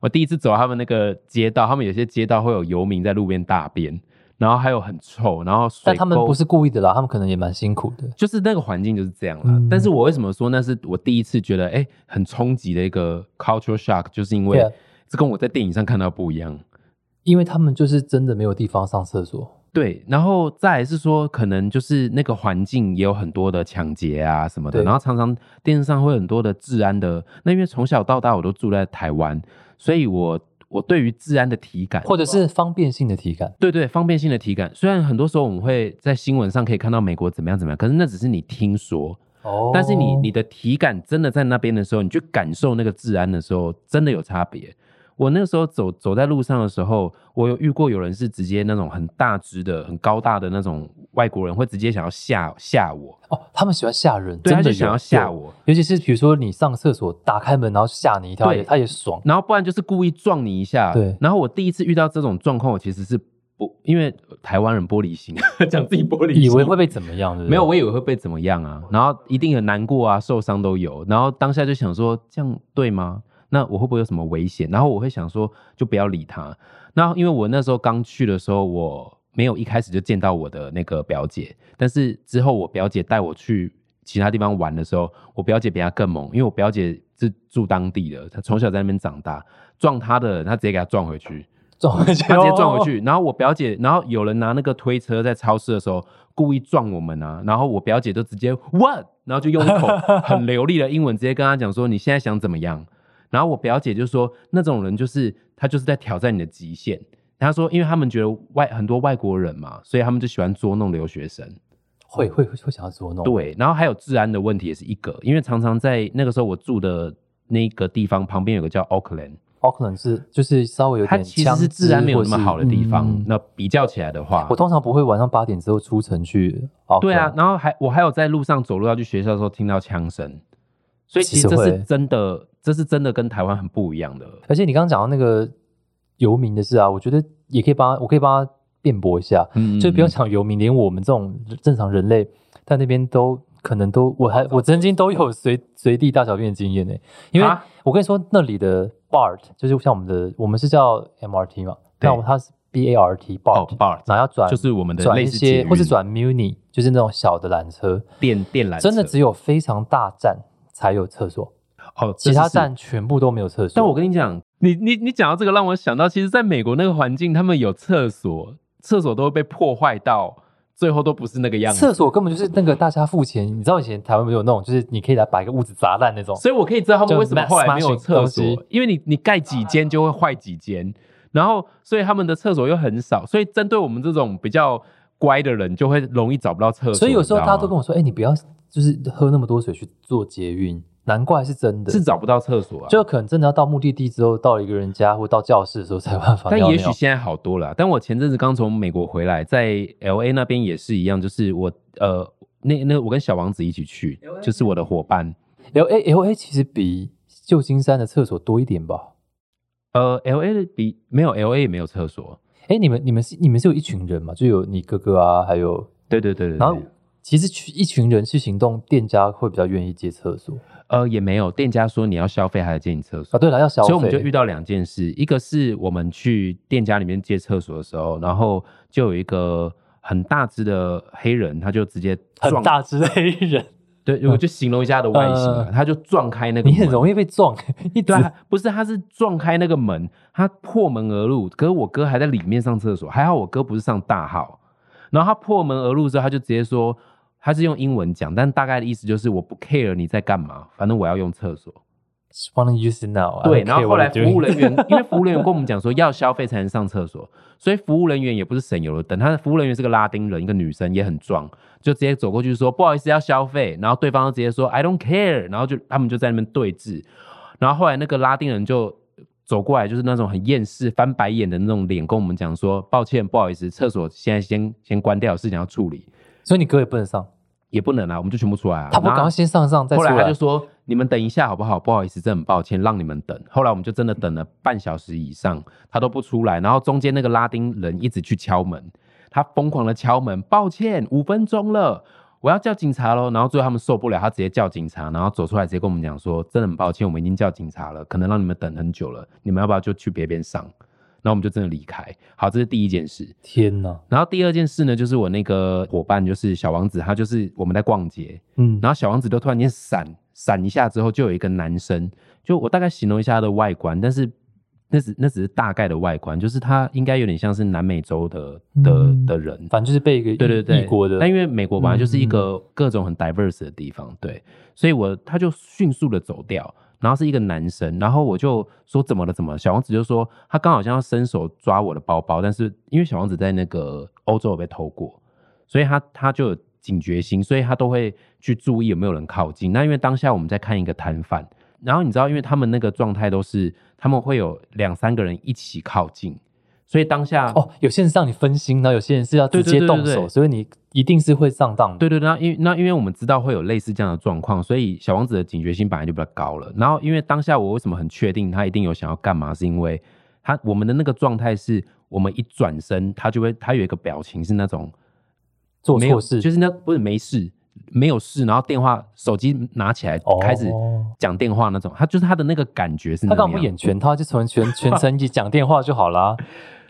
Speaker 1: 我第一次走他们那个街道，他们有些街道会有游民在路边大便，然后还有很臭，然后水
Speaker 2: 但他们
Speaker 1: 沟
Speaker 2: 不是故意的啦，他们可能也蛮辛苦的。
Speaker 1: 就是那个环境就是这样啦。
Speaker 2: 嗯
Speaker 1: 但是我为什么说那是我第一次觉得哎、诶很冲击的一个 culture shock，就是因为
Speaker 2: 对啊
Speaker 1: 这跟我在电影上看到不一样。
Speaker 2: 因为他们就是真的没有地方上厕所，
Speaker 1: 对，然后再来是说，可能就是那个环境也有很多的抢劫啊什么的，
Speaker 2: 对
Speaker 1: 然后常常电视上会有很多的治安的。那因为从小到大我都住在台湾，所以我我对于治安的体感，
Speaker 2: 或者是方便性的体感。
Speaker 1: 对对方便性的体感，虽然很多时候我们会在新闻上可以看到美国怎么样怎么样，可是那只是你听说，
Speaker 2: 哦
Speaker 1: 但是你你的体感真的在那边的时候，你去感受那个治安的时候，真的有差别。我那时候走走在路上的时候，我有遇过有人是直接那种很大只的、很高大的那种外国人，会直接想要吓吓我，
Speaker 2: 哦，他们喜欢吓人，
Speaker 1: 对，
Speaker 2: 真
Speaker 1: 他
Speaker 2: 的
Speaker 1: 就
Speaker 2: 有
Speaker 1: 想要吓。我，
Speaker 2: 有尤其是比如说你上厕所打开门，然后吓你一跳，
Speaker 1: 对
Speaker 2: 也他也爽。
Speaker 1: 然后不然就是故意撞你一下。
Speaker 2: 对
Speaker 1: 然后我第一次遇到这种状况，我其实是不因为台湾人玻璃心， 讲自己玻璃心，
Speaker 2: 以为会被怎么样？对不对
Speaker 1: 没有，我以为会被怎么样啊，然后一定很难过啊，受伤都有，然后当下就想说这样对吗？那我会不会有什么危险？然后我会想说就不要理他。那因为我那时候刚去的时候，我没有一开始就见到我的那个表姐，但是之后我表姐带我去其他地方玩的时候，我表姐比她更猛，因为我表姐是住当地的，她从小在那边长大，撞她的人她直接给她撞回去。
Speaker 2: 撞回去，
Speaker 1: 他直接撞回去。然后我表姐，然后有人拿那个推车在超市的时候故意撞我们啊，然后我表姐就直接 what，然后就用一 口很流利的英文直接跟他讲说你现在想怎么样？然后我表姐就说那种人就是他就是在挑战你的极限。她说，因为他们觉得外很多外国人嘛，所以他们就喜欢捉弄留学生。
Speaker 2: 会会会想要捉弄。
Speaker 1: 对，然后还有治安的问题也是一个，因为常常在那个时候我住的那个地方旁边有个叫 Oakland，
Speaker 2: Auckland 是就是稍微有
Speaker 1: 它
Speaker 2: 点
Speaker 1: 其实
Speaker 2: 枪
Speaker 1: 是治安没有那么好的地方。
Speaker 2: 嗯
Speaker 1: 那比较起来的话，
Speaker 2: 我通常不会晚上八点之后出城去 Auckland。
Speaker 1: 对啊，然后还我还有在路上走路要去学校的时候听到枪声，所以其实
Speaker 2: 其实
Speaker 1: 这
Speaker 2: 会
Speaker 1: 是真的，这是真的跟台湾很不一样的。
Speaker 2: 而且你刚刚讲到那个游民的事啊，我觉得也可以帮他，我可以帮他辩驳一下，
Speaker 1: 嗯
Speaker 2: 就不要讲游民，连我们这种正常人类在那边都可能都，我还我曾经都有随随地大小便的经验呢、因为
Speaker 1: 啊
Speaker 2: 我跟你说那里的 BART 就是像我们的，我们是叫 MRT 嘛，
Speaker 1: 对
Speaker 2: 那我们它是 BART
Speaker 1: 哦
Speaker 2: BART，、
Speaker 1: ，bar
Speaker 2: 然后要转
Speaker 1: 就是我们的
Speaker 2: 转
Speaker 1: 类
Speaker 2: 一
Speaker 1: 似捷
Speaker 2: 些
Speaker 1: 运
Speaker 2: 或是转 Muni，就是那种小的缆车，
Speaker 1: 电电缆车，
Speaker 2: 真的只有非常大站才有厕所，
Speaker 1: 哦，
Speaker 2: 其他
Speaker 1: 这是
Speaker 2: 站全部都没有厕所。
Speaker 1: 但我跟你讲，你你你讲到这个，让我想到，其实在美国那个环境，他们有厕所，厕所都会被破坏到最后都不是那个样子。
Speaker 2: 厕所根本就是那个大家付钱，你知道以前台湾不是有那种，就是你可以来把一个屋子砸烂那种。
Speaker 1: 所以我可以知道他们为什么
Speaker 2: 哦就
Speaker 1: 后来没有
Speaker 2: mass smashing
Speaker 1: 厕
Speaker 2: 东
Speaker 1: 所
Speaker 2: 西，
Speaker 1: 因为你你盖几间就会坏几间，然后所以他们的厕所又很少，所以针对我们这种比较乖的人，就会容易找不到厕所。
Speaker 2: 所以有时候
Speaker 1: 你知
Speaker 2: 大
Speaker 1: 道
Speaker 2: 家
Speaker 1: 吗
Speaker 2: 都跟我说：“哎、你不要就是喝那么多水去做捷运。”难怪是真的，
Speaker 1: 是找不到厕所啊，
Speaker 2: 就可能真的要到目的地之后，到了一个人家或到教室的时候才有办法
Speaker 1: 但
Speaker 2: 尿
Speaker 1: 也
Speaker 2: 尿
Speaker 1: 许现在好多了啊、但我前阵子刚从美国回来，在 L A 那边也是一样，就是我呃，那那我跟小王子一起去，就是我的伙伴。
Speaker 2: L A L A 哎其实比旧金山的厕所多一点吧？
Speaker 1: 呃，L A 的比没有 L A 也没有厕所。
Speaker 2: 哎、你们你们是你们是有一群人嘛？就有你哥哥啊，还有
Speaker 1: 对对对对
Speaker 2: 然后
Speaker 1: 对。
Speaker 2: 其实去一群人去行动，店家会比较愿意借厕所
Speaker 1: 呃，也没有，店家说你要消费还得借你厕所
Speaker 2: 啊。，对了，要消费，
Speaker 1: 所以我们就遇到两件事，一个是我们去店家里面借厕所的时候，然后就有一个很大只的黑人，他就直接
Speaker 2: 很
Speaker 1: 撞，
Speaker 2: 大只的黑人，
Speaker 1: 对，我就形容一下他的外形啊，
Speaker 2: 嗯
Speaker 1: 他就撞开那个
Speaker 2: 你很
Speaker 1: 门
Speaker 2: 容易被撞，一直
Speaker 1: 对啊，不是，他是撞开那个门，他破门而入。可是我哥还在里面上厕所，还好我哥不是上大号。然后他破门而入之后，他就直接说，他是用英文讲，但大概的意思就是我不 care 你在干嘛，反正我要用厕所。
Speaker 2: Just wanna use it now. I
Speaker 1: 对，
Speaker 2: don't
Speaker 1: 然后
Speaker 2: care
Speaker 1: 后
Speaker 2: what
Speaker 1: 来
Speaker 2: I'm
Speaker 1: 服
Speaker 2: doing
Speaker 1: 务人员，因为服务人员跟我们讲说要消费才能上厕所，所以服务人员也不是省油的灯。他的服务人员是个拉丁人，一个女生也很壮，就直接走过去说不好意思要消费，然后对方就直接说 I don't care，然后就他们就在那边对峙，然后后来那个拉丁人就。走过来就是那种很厌世、翻白眼的那种脸，跟我们讲说：“抱歉，不好意思，厕所现在先先关掉，有事情要处理，
Speaker 2: 所以你哥也不能上，
Speaker 1: 也不能啊，我们就全部出来啊。”
Speaker 2: 他不赶快先上上再出
Speaker 1: 后来他
Speaker 2: 来
Speaker 1: 就。说：“你们等一下好不好？不好意思，真的很抱歉，让你们等。”后来我们就真的等了半小时以上，他都不出来。然后中间那个拉丁人一直去敲门，他疯狂的敲门，抱歉，五分钟了，我要叫警察喽。然后最后他们受不了，他直接叫警察，然后走出来直接跟我们讲说：“真的很抱歉，我们已经叫警察了，可能让你们等很久了，你们要不要就去别边上？”然后我们就真的离开。好，这是第一件事。
Speaker 2: 天哪，
Speaker 1: 然后第二件事呢，就是我那个伙伴，就是小王子，他就是我们在逛街，
Speaker 2: 嗯，
Speaker 1: 然后小王子就突然间闪闪一下之后，就有一个男生，就我大概形容一下他的外观，但是那只那只是大概的外观，就是他应该有点像是南美洲的的
Speaker 2: 嗯
Speaker 1: 的人，
Speaker 2: 反正就是被一个
Speaker 1: 对对对，
Speaker 2: 异国的，嗯
Speaker 1: 但因为美国本来就是一个各种很 diverse 的地方，对，所以我他就迅速的走掉，然后是一个男生，然后我就说怎么了怎么了，小王子就说他刚好像要伸手抓我的包包，但是因为小王子在那个欧洲有被偷过，所以他他就有警觉心，所以他都会去注意有没有人靠近。那因为当下我们在看一个摊贩，然后你知道，因为他们那个状态都是他们会有两三个人一起靠近。所以当下
Speaker 2: 哦，有些人是让你分心，然后有些人是要直
Speaker 1: 对对
Speaker 2: 接
Speaker 1: 对对
Speaker 2: 动
Speaker 1: 对
Speaker 2: 手，所以你一定是会上当的。
Speaker 1: 对对，对那因为那因为我们知道会有类似这样的状况，所以小王子的警觉性本来就比较高了。然后因为当下我为什么很确定他一定有想要干嘛，是因为他我们的那个状态是我们一转身，他就会他有一个表情是那种
Speaker 2: 做
Speaker 1: 没有
Speaker 2: 错事
Speaker 1: 就是那不是没事没有事，然后电话手机拿起来
Speaker 2: 哦
Speaker 1: 开始讲电话那种，他就是他的那个感觉是那
Speaker 2: 他
Speaker 1: 个
Speaker 2: 干
Speaker 1: 样
Speaker 2: 嘛不演全套，就 从全全程一起讲电话就好啦。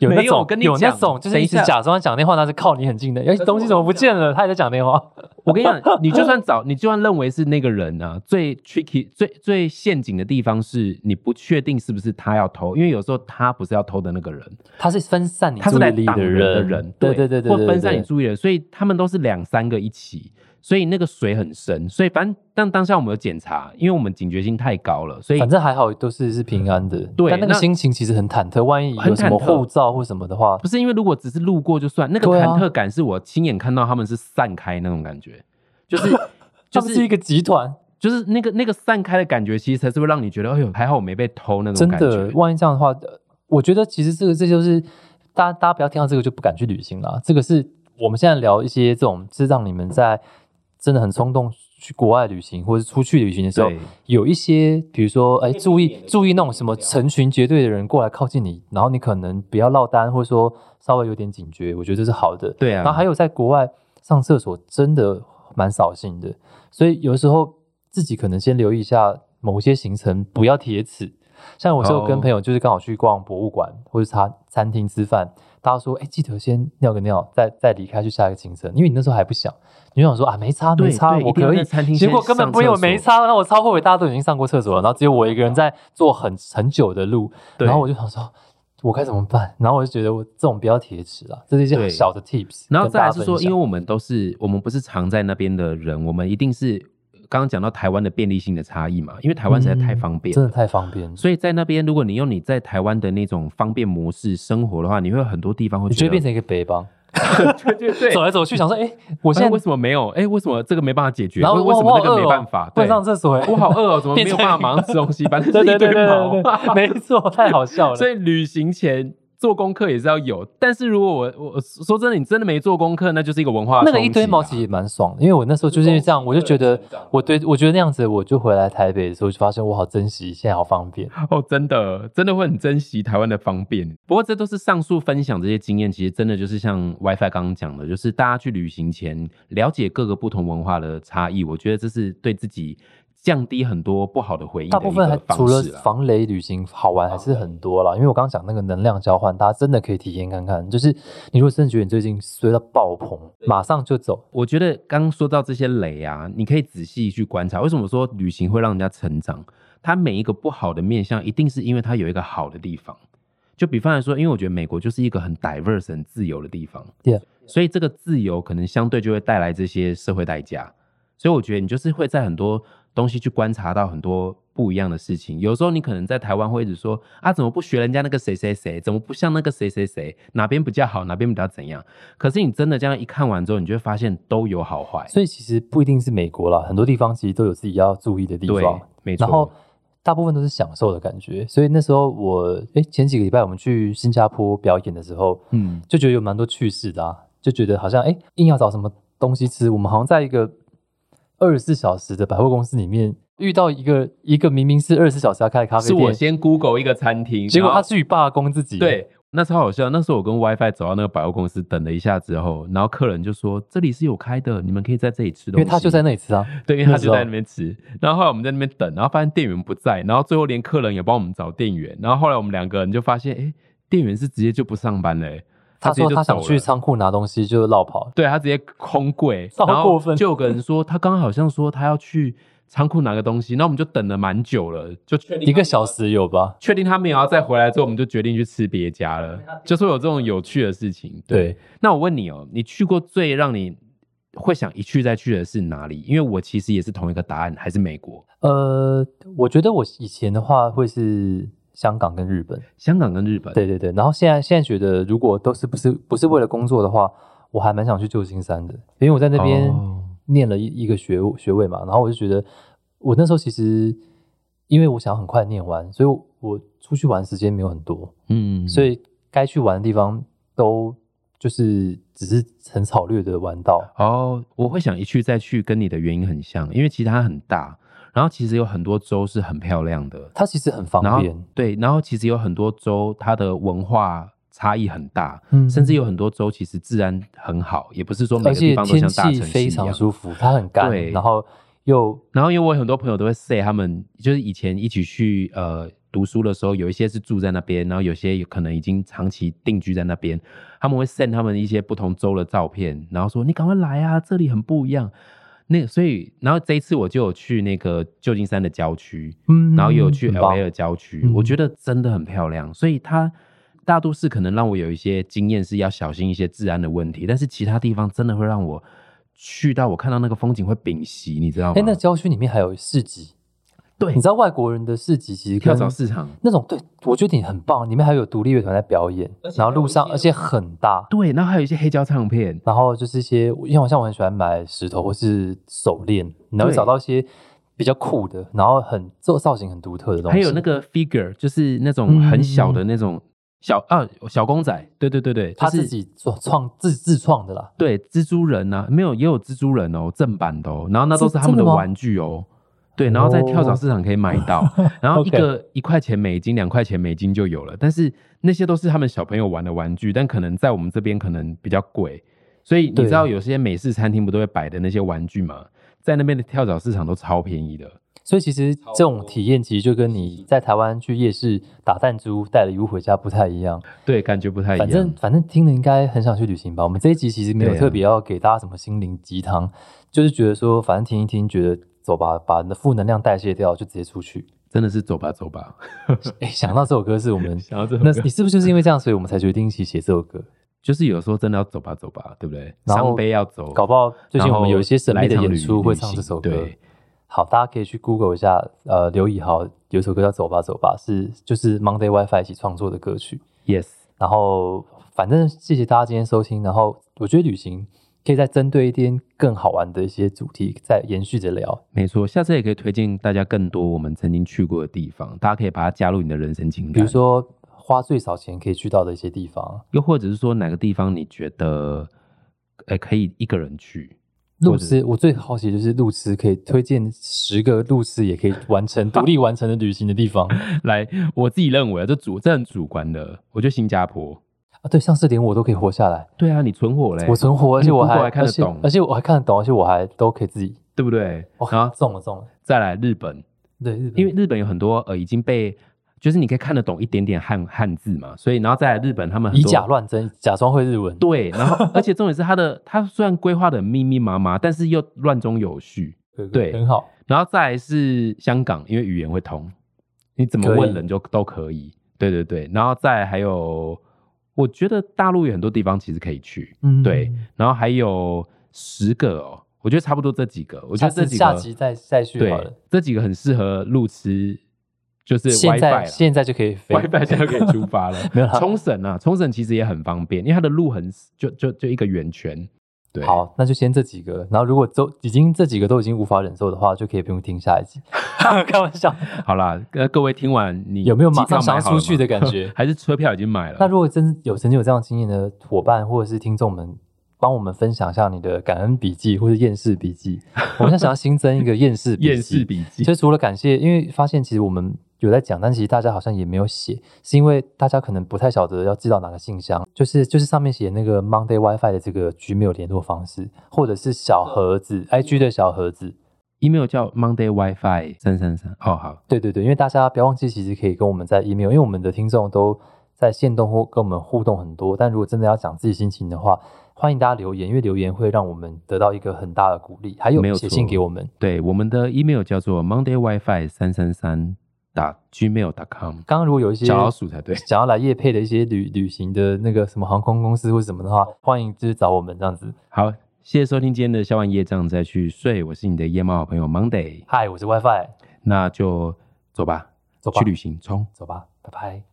Speaker 2: 有
Speaker 1: 没有
Speaker 2: 那
Speaker 1: 我
Speaker 2: 种
Speaker 1: 跟你
Speaker 2: 有那
Speaker 1: 讲
Speaker 2: 种，就是
Speaker 1: 等一
Speaker 2: 一直
Speaker 1: 下
Speaker 2: 假装讲电话，但是靠你很近的，哎，东西怎么不见了？他也在讲电话。
Speaker 1: 我跟你讲，你就算找，你就算认为是那个人啊，最 tricky、最最陷阱的地方是你不确定是不是他要偷，因为有时候他不是要偷的那个人，
Speaker 2: 他是分散你
Speaker 1: 他是
Speaker 2: 注
Speaker 1: 来
Speaker 2: 意力
Speaker 1: 挡人
Speaker 2: 人
Speaker 1: 的人，
Speaker 2: 对对对对，
Speaker 1: 或
Speaker 2: 对
Speaker 1: 分散你
Speaker 2: 对
Speaker 1: 注意力，所以他们都是两三个一起，所以那个水很深，所以反正但当下我们有检查，因为我们警觉性太高了，所以
Speaker 2: 反正还好，都是是平安的。
Speaker 1: 对
Speaker 2: 但那个
Speaker 1: 那
Speaker 2: 心情其实很忐忑，万一
Speaker 1: 很
Speaker 2: 有什么
Speaker 1: 忐忑
Speaker 2: 护照或什么的话
Speaker 1: 不，是因为如果只是路过就算，那个
Speaker 2: 对
Speaker 1: 忐
Speaker 2: 啊
Speaker 1: 忑感 是我亲眼看到他们是散开那种感觉，就是就
Speaker 2: 他们
Speaker 1: 是
Speaker 2: 是一个集团，
Speaker 1: 就是那个那个散开的感觉，其实才是会让你觉得，哎呦，还好我没被偷那种
Speaker 2: 真
Speaker 1: 感觉
Speaker 2: 的，。万一这样的话，呃我觉得其实这个这就是大家大家不要听到这个就不敢去旅行了。这个是我们现在聊一些这种，是让你们在真的很冲动去国外旅行或者出去旅行的时候
Speaker 1: 对，
Speaker 2: 有一些比如说哎，
Speaker 3: 避
Speaker 2: 注意
Speaker 3: 免的
Speaker 2: 注意那种
Speaker 3: 情
Speaker 2: 什么
Speaker 3: 况这样啊
Speaker 2: 成群结队的人过来靠近你，然后你可能不要落单，或者说稍微有点警觉，我觉得这是好的。
Speaker 1: 对啊，
Speaker 2: 然后还有在国外上厕所真的蛮扫兴的，所以有的时候自己可能先留意一下某些行程，不要铁齿。像我是有跟
Speaker 1: 哦
Speaker 2: 朋友就是刚好去逛博物馆或者茶餐厅吃饭，大家说哎、记得先尿个尿，再再离开去下一个行程，因为你那时候还不想，你就想说啊没差没
Speaker 1: 对
Speaker 2: 差，
Speaker 1: 对
Speaker 2: 我
Speaker 1: 一定要
Speaker 2: 可以
Speaker 1: 在餐厅
Speaker 2: 结果
Speaker 1: 先
Speaker 2: 根本
Speaker 1: 上
Speaker 2: 不会有
Speaker 1: 厕所
Speaker 2: 没差，然后我超后悔，大家都已经上过厕所了，然后只有我一个人在坐很很久的路，
Speaker 1: 对
Speaker 2: 然后我就想说，我该怎么办？然后我就觉得我这种不要铁齿啊，这是一些
Speaker 1: 对
Speaker 2: 小的 tips。
Speaker 1: 然后再来是说，因为我们都是我们不是常在那边的人，我们一定是刚刚讲到台湾的便利性的差异嘛，因为台
Speaker 2: 台
Speaker 1: 湾实在太方便
Speaker 2: 嗯真
Speaker 1: 了。
Speaker 2: 的太方便了，
Speaker 1: 所以在那边，如果你用你在台湾的那种方便模式生活的话，你会有很多地方会
Speaker 2: 你就
Speaker 1: 觉
Speaker 2: 会
Speaker 1: 得
Speaker 2: 变成一个北方，
Speaker 1: 对对 对
Speaker 2: 走来走去，想说，哎，我现
Speaker 1: 哎为
Speaker 2: 在，
Speaker 1: 什么没有？哎，为什么这个没办法解决？
Speaker 2: 然后
Speaker 1: 为为
Speaker 2: 我
Speaker 1: 什
Speaker 2: 我
Speaker 1: 么
Speaker 2: 好
Speaker 1: 那个
Speaker 2: 饿
Speaker 1: 没
Speaker 2: 哦
Speaker 1: 办法？
Speaker 2: 不
Speaker 1: 对
Speaker 2: 能，上厕所，哎，
Speaker 1: 我好饿哦，怎么没有办 法马上吃东西？反正
Speaker 2: 对
Speaker 1: 是
Speaker 2: 对
Speaker 1: 一
Speaker 2: 对
Speaker 1: 堆
Speaker 2: 对
Speaker 1: 毛
Speaker 2: 对。 对，没错，太好笑了。
Speaker 1: 所以旅行前做功课也是要有，但是如果我我说真的，你真的没做功课，那就是一个文化
Speaker 2: 那个
Speaker 1: 冲
Speaker 2: 一堆
Speaker 1: 击
Speaker 2: 毛
Speaker 1: 啊
Speaker 2: 其实也蛮爽的，因为我那时候就是因为这样，我就觉得我对我觉得那样子，我就回来台北的时候就发现我好珍惜，现在好方便。
Speaker 1: 哦，真的，真的会很珍惜台湾的方便。不过这都是上述分享这些经验，其实真的就是像 WiFi 刚刚讲的，就是大家去旅行前了解各个不同文化的差异，我觉得这是对自己降低很多不好的回忆
Speaker 2: 大
Speaker 1: 的
Speaker 2: 部
Speaker 1: 一
Speaker 2: 分
Speaker 1: 个
Speaker 2: 还
Speaker 1: 方
Speaker 2: 除了
Speaker 1: 式啊啦。
Speaker 2: 防雷旅行好玩还是很多啦，因为我刚刚讲那个能量交换，大家真的可以体验看看。就是你如果真的觉得你最近衰到爆棚，马上就走，
Speaker 1: 我觉得刚说到这些雷啊，你可以仔细去观察，为什么说旅行会让人家成长？它每一个不好的面向，一定是因为它有一个好的地方。就比方来说，因为我觉得美国就是一个很 diverse、很自由的地方
Speaker 2: Yeah
Speaker 1: 所以这个自由可能相对就会带来这些社会代价。所以我觉得你就是会在很多东西去观察到很多不一样的事情。有时候你可能在台湾会一直说啊，怎么不学人家那个谁谁谁，怎么不像那个谁谁谁，哪边比较好，哪边比较怎样？可是你真的这样一看完之后，你就会发现都有好坏。
Speaker 2: 所以其实不一定是美国啦，很多地方其实都有自己要注意的地
Speaker 1: 对
Speaker 2: 方。，
Speaker 1: 没错。
Speaker 2: 然后大部分都是享受的感觉，所以那时候我哎前几个礼拜我们去新加坡表演的时候，
Speaker 1: 嗯，
Speaker 2: 就觉得有蛮多趣事的啊，就觉得好像哎、诶硬要找什么东西吃，我们好像在一个二十四小时的百货公司里面遇到一个一个明明是二十四小时要开的咖啡
Speaker 1: 是
Speaker 2: 店，
Speaker 1: 我先 Google 一个餐厅，
Speaker 2: 结果
Speaker 1: 然后
Speaker 2: 他去罢工自己，，
Speaker 1: 对，那超好笑。那时候我跟 WiFi 走到那个百货公司，等了一下之后，然后客人就说：“这里是有开的，你们可以在这里吃
Speaker 2: 因
Speaker 1: 东西。”
Speaker 2: 为他就在那里吃啊，
Speaker 1: 对，因为他
Speaker 2: 那时
Speaker 1: 就
Speaker 2: 候
Speaker 1: 在那边吃。然后后来我们在那边等，然后发现店员不在，然后最后连客人也帮我们找店员。然后后来我们两个人就发现，哎，店员是直接就不上班了、诶欸
Speaker 2: 他
Speaker 1: 直接
Speaker 2: 说
Speaker 1: 就
Speaker 2: 他想
Speaker 1: 走
Speaker 2: 去
Speaker 1: 了
Speaker 2: 仓库拿东西就绕跑，
Speaker 1: 对他直接空柜，
Speaker 2: 超
Speaker 1: 然后
Speaker 2: 过分
Speaker 1: 就有个人说他刚刚好像说他要去仓库拿个东西，那我们就等了蛮久了，就确定
Speaker 2: 一个小时有吧？
Speaker 1: 确定他没有要再回来之后，我们就决定去吃别家了，就是会有这种有趣的事情。对，
Speaker 2: 对，
Speaker 1: 那我问你哦，你去过最让你会想一去再去的是哪里？因为我其实也是同一个答案，还是美国、
Speaker 2: 呃，我觉得我以前的话会是香港跟日本。
Speaker 1: 香港跟日本。
Speaker 2: 对对对，然后现在现在觉得，如果都是不是不是为了工作的话，我还蛮想去旧金山的，因为我在那边
Speaker 1: 哦
Speaker 2: 念了一一个学学位嘛，然后我就觉得，我那时候其实因为我想很快念完，所以我我出去玩时间没有很多，
Speaker 1: 嗯，
Speaker 2: 所以该去玩的地方都就是只是很草略的玩到，
Speaker 1: 哦，我会想一去再去，跟你的原因很像，因为其实它很大，然后其实有很多州是很漂亮的，
Speaker 2: 它其实很方
Speaker 1: 然后
Speaker 2: 便，
Speaker 1: 对，然后其实有很多州它的文化差异很大，
Speaker 2: 嗯
Speaker 1: 甚至有很多州其实治安很好，也不是说每
Speaker 2: 而
Speaker 1: 个地
Speaker 2: 且
Speaker 1: 方都
Speaker 2: 天
Speaker 1: 像大
Speaker 2: 气
Speaker 1: 城市一
Speaker 2: 非常
Speaker 1: 样。
Speaker 2: 舒服，它很干，
Speaker 1: 对
Speaker 2: 然后又
Speaker 1: 然后因为我有很多朋友都会 say 他们就是以前一起去呃读书的时候，有一些是住在那边，然后有些有可能已经长期定居在那边，他们会 send 他们一些不同州的照片，然后说你赶快来啊，这里很不一样。那所以，然后这一次我就有去那个旧金山的郊区，
Speaker 2: 嗯
Speaker 1: 然后也有去
Speaker 2: 很棒
Speaker 1: LA 的郊区，
Speaker 2: 嗯
Speaker 1: 我觉得真的很漂亮。所以它大都市可能让我有一些经验是要小心一些治安的问题，但是其他地方真的会让我去到我看到那个风景会屏息，你知道吗？
Speaker 2: 哎，那郊区里面还有市集，
Speaker 1: 对
Speaker 2: 你知道外国人的市集其实
Speaker 1: 跳
Speaker 2: 跟
Speaker 1: 蚤市场，
Speaker 2: 那种，对我觉得你很棒，里面还有独立乐团在表演，然后路上而且很大，
Speaker 1: 对，然后还有一些黑胶唱片，
Speaker 2: 然后就是一些，因为我像我很喜欢买石头或是手链，然后
Speaker 1: 对
Speaker 2: 找到一些比较酷的，然后很做造型很独特的东西。
Speaker 1: 还
Speaker 2: 嗯
Speaker 1: 有那个 figure，就是那种很小的那种小、啊小公仔，对对对对，
Speaker 2: 他
Speaker 1: 就是
Speaker 2: 自己做创自自创的啦，
Speaker 1: 对蜘蛛人呐、没有也有蜘蛛人哦，正版的哦，然后那都是他们
Speaker 2: 真
Speaker 1: 的
Speaker 2: 的吗
Speaker 1: 玩具哦。对，然后在跳蚤市场可以买到， 然后一
Speaker 2: 哦 OK
Speaker 1: 个一块钱美金、两块钱美金就有了。但是那些都是他们小朋友玩的玩具，但可能在我们这边可能比较贵，所以你
Speaker 2: 对
Speaker 1: 知道有些美式餐厅不都会摆的那些玩具吗？在那边的跳蚤市场都超便宜的。
Speaker 2: 所以其实这种体验其实就跟你在台湾去夜市打弹珠带礼物回家不太一样。
Speaker 1: 对，感觉不太一样。
Speaker 2: 反正反正听了应该很想去旅行吧。我们这一集其实没有
Speaker 1: 对啊
Speaker 2: 特别要给大家什么心灵鸡汤，就是觉得说反正听一听，觉得 走吧，把那负能量代谢掉，就直接出去。
Speaker 1: 真的是走吧走吧，
Speaker 2: 哎，想到这首歌是 我们
Speaker 1: 想到这
Speaker 2: 那你是不是就是因为这样，所以我们才决定一起写这首歌？
Speaker 1: 就是有时候真的要走吧走吧，对不对？
Speaker 2: 然后
Speaker 1: 伤悲要走，
Speaker 2: 搞不好最近我们有一些神秘的
Speaker 1: 然哦后来一场
Speaker 2: 演出
Speaker 1: 旅
Speaker 2: 会唱这首歌
Speaker 1: 旅行对。
Speaker 2: 好，大家可以去 Google 一下，呃，刘以豪有一首歌叫《走吧走吧》，是就是 Monday WiFi 一起创作的歌曲。
Speaker 1: yes，
Speaker 2: 然后反正谢谢大家今天收听。然后我觉得旅行可以再针对一点更好玩的一些主题，再延续着聊。
Speaker 1: 没错。下次也可以推荐大家更多我们曾经去过的地方，大家可以把它加入你的人生清单，
Speaker 2: 比如，说花最少钱可以去到的一些地方，
Speaker 1: 又或者是说哪个地方你觉得，呃，可以一个人去，
Speaker 2: 路痴，我最好奇就是路痴可以推荐十个路痴也可以完成独立完成的旅行的地 方啊。
Speaker 1: 来，我自己认为啊这主这很主观的，我觉得新加坡。
Speaker 2: 对，上次连我都可以活下来，
Speaker 1: 对啊，你存活嘞，
Speaker 2: 我存活，而且我还
Speaker 1: Google 还看得
Speaker 2: 而且
Speaker 1: 懂
Speaker 2: 而且我还看得懂，而且我还都可以自己。
Speaker 1: 对不对？
Speaker 2: 哇
Speaker 1: 然，后
Speaker 2: 中了中了，
Speaker 1: 再来日本，
Speaker 2: 对，日本
Speaker 1: 啊因为日本有很多呃已经被，就是你可以看得懂一点点汉汉字嘛，所以然后再来日本他们很
Speaker 2: 以
Speaker 1: 多
Speaker 2: 假乱真，假装会日文。
Speaker 1: 对，然 后而且重点是他的，他虽然规划的密密麻麻，但是又乱中有序。
Speaker 2: 对
Speaker 1: 对
Speaker 2: 很好。
Speaker 1: 然后再来是香港，因为语言会通，你怎么
Speaker 2: 可以
Speaker 1: 问人就都可以。对对对，然后再来还有，我觉得大陆有很多地方其实可以去，
Speaker 2: 嗯
Speaker 1: 对，然后还有十个哦，我觉得差不多这几个，我觉
Speaker 2: 下
Speaker 1: 得这
Speaker 2: 次
Speaker 1: 几
Speaker 2: 下
Speaker 1: 个
Speaker 2: 集再再续好了
Speaker 1: 对。，这几个很适合路痴，就是
Speaker 2: 现
Speaker 1: WiFi
Speaker 2: 在
Speaker 1: 啦
Speaker 2: 现在就可以飞。
Speaker 1: WiFi 现在可以出发了
Speaker 2: 没有啦。
Speaker 1: 冲绳啊，冲绳其实也很方便，因为它的路很就就就一个圆圈。对，，
Speaker 2: 好，那就先这几个。然后如果都已经这几个都已经无法忍受的话，就可以不用听下一 集。开玩笑。
Speaker 1: 好啦，呃，各位听完你
Speaker 2: 有没有马上
Speaker 1: 机票买好了吗
Speaker 2: 想要出去的感觉
Speaker 1: 还是车票已经买了？
Speaker 2: 那如果真有曾经有这样经验的伙伴或者是听众们，帮我们分享一下你的感恩笔记或者厌世笔记。我们现在想要新增一个厌世笔 记。
Speaker 1: 厌世笔记
Speaker 2: 其实除了感谢，因为发现其实我们有在讲，但其实大家好像也没有写，是因为大家可能不太晓得要寄到哪个信箱，就是就是上面写那个 Monday WiFi 的这个 Gmail 联络方式，或者是小盒子 IG 的小盒子。
Speaker 1: email 叫 Monday WiFi 三三三。哦，好，
Speaker 2: 对对对，因为大家不要忘记，其实可以跟我们在 email，因为我们的听众都在线动或跟我们互动很多，但如果真的要讲自己心情的话，欢迎大家留言，因为留言会让我们得到一个很大的鼓励，还有
Speaker 1: 没有
Speaker 2: 写
Speaker 1: 错
Speaker 2: 信给我们。
Speaker 1: 对，我们的 email 叫做 Monday WiFi 三三三打 gmail.com。
Speaker 2: 刚刚如果有一些
Speaker 1: 小老鼠才对，
Speaker 2: 想要来夜配的一些旅旅行的那个什么航空公司或什么的话，欢迎就是找我们这样子。
Speaker 1: 好，谢谢收听今天的消完业障再去睡，我是你的夜猫好朋友 Monday，
Speaker 2: 嗨，我是 WiFi，
Speaker 1: 那就走吧，
Speaker 2: 走吧
Speaker 1: 去旅行，冲！
Speaker 2: 走吧，拜拜。